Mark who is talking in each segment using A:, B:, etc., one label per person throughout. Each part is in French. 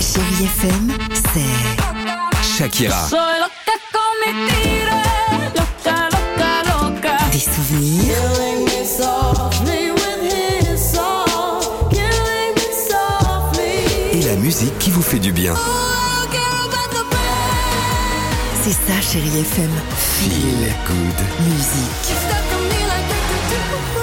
A: Chérie FM, c'est
B: Shakira,
C: Soy loca con mi tira, loca, loca, loca.
A: des souvenirs,
C: Me with his song, killing me softly.
B: et la musique qui vous fait du bien.
C: Oh, quiero verte back.
A: c'est ça Chérie FM,
B: Feel good.
A: musique.
C: You stuck on me like we could do.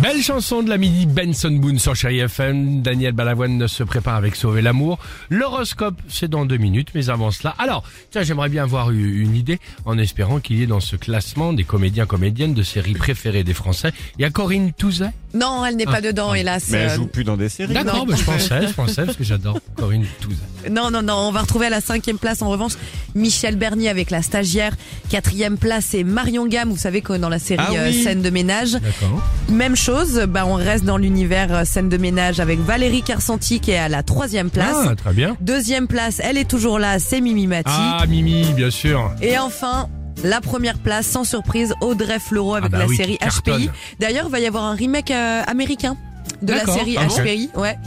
D: Belle chanson de la midi Benson Boone sur Chéri FM. Daniel Balavoine se prépare avec Sauver l'amour. L'horoscope, c'est dans deux minutes, mais avant cela. Alors, tiens, j'aimerais bien avoir eu une idée en espérant qu'il y ait dans ce classement des comédiens, comédiennes de séries préférées des Français. Il y a Corinne Touzet.
E: Non, elle n'est pas dedans, hélas.
F: Mais elle
E: Euh,
F: joue plus dans des séries.
D: D'accord, bah, je pensais, je pensais, parce que j'adore Corinne Touzet.
E: Non, non, non. On va retrouver à la cinquième place, en revanche, Michel Bernier avec la stagiaire. Quatrième place, c'est Marion Gamme. Vous savez que dans la série
F: Ah
E: euh,
F: oui.
E: Scène de ménage,
D: D'accord.
E: même chose. Bah, on reste dans l'univers euh, Scène de ménage avec Valérie Carcenti qui est à la troisième place.
D: Ah, très bien.
E: Deuxième place, elle est toujours là, c'est Mimi Mati.
D: Ah, Mimi, bien sûr.
E: Et enfin. La première place, sans surprise, Audrey Fleurot avec
D: Ah bah
E: la
D: oui,
E: série
D: qui cartonne.
E: HPI. D'ailleurs, il va y avoir un remake euh, américain de la
D: D'accord.
E: série
D: Ah bon
E: HPI. ouais.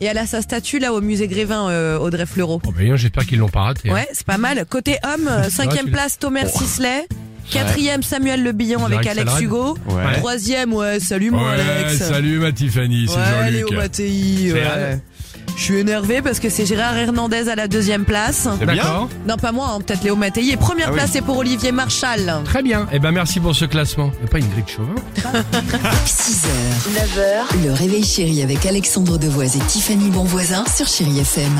E: Et elle a sa statue là au musée Grévin, euh, Audrey Fleurot.
D: Bon, ben, j'espère qu'ils l'ont pas raté. hein.
E: Ouais, c'est pas mal. Côté homme, euh, cinquième
D: tu l'as. Oh.
E: place, Thomas Sisley. Quatrième, Samuel Le Billon avec
D: Direct
E: Alex
D: Salade.
E: Hugo.
F: Ouais.
E: Troisième, ouais, salut mon
D: Ouais,
E: Alex.
D: salut ma Tiffany, c'est
E: ouais,
D: Jean-Luc.
E: Léo Mattei,
D: C'est
E: ouais.
D: Anne.
E: Je suis énervé parce que c'est Gérard Hernandez à la deuxième place.
F: C'est bien.
D: D'accord.
E: Non, pas moi, hein, peut-être Léo Mattei. Et première
F: Ah oui.
E: place, c'est pour Olivier Marchal.
D: Très bien. Eh ben, merci pour ce classement. Et pas une grippe chauvin.
A: 6h, 9h, le réveil chéri avec Alexandre Devoise et Tiffany Bonvoisin sur Chérie FM.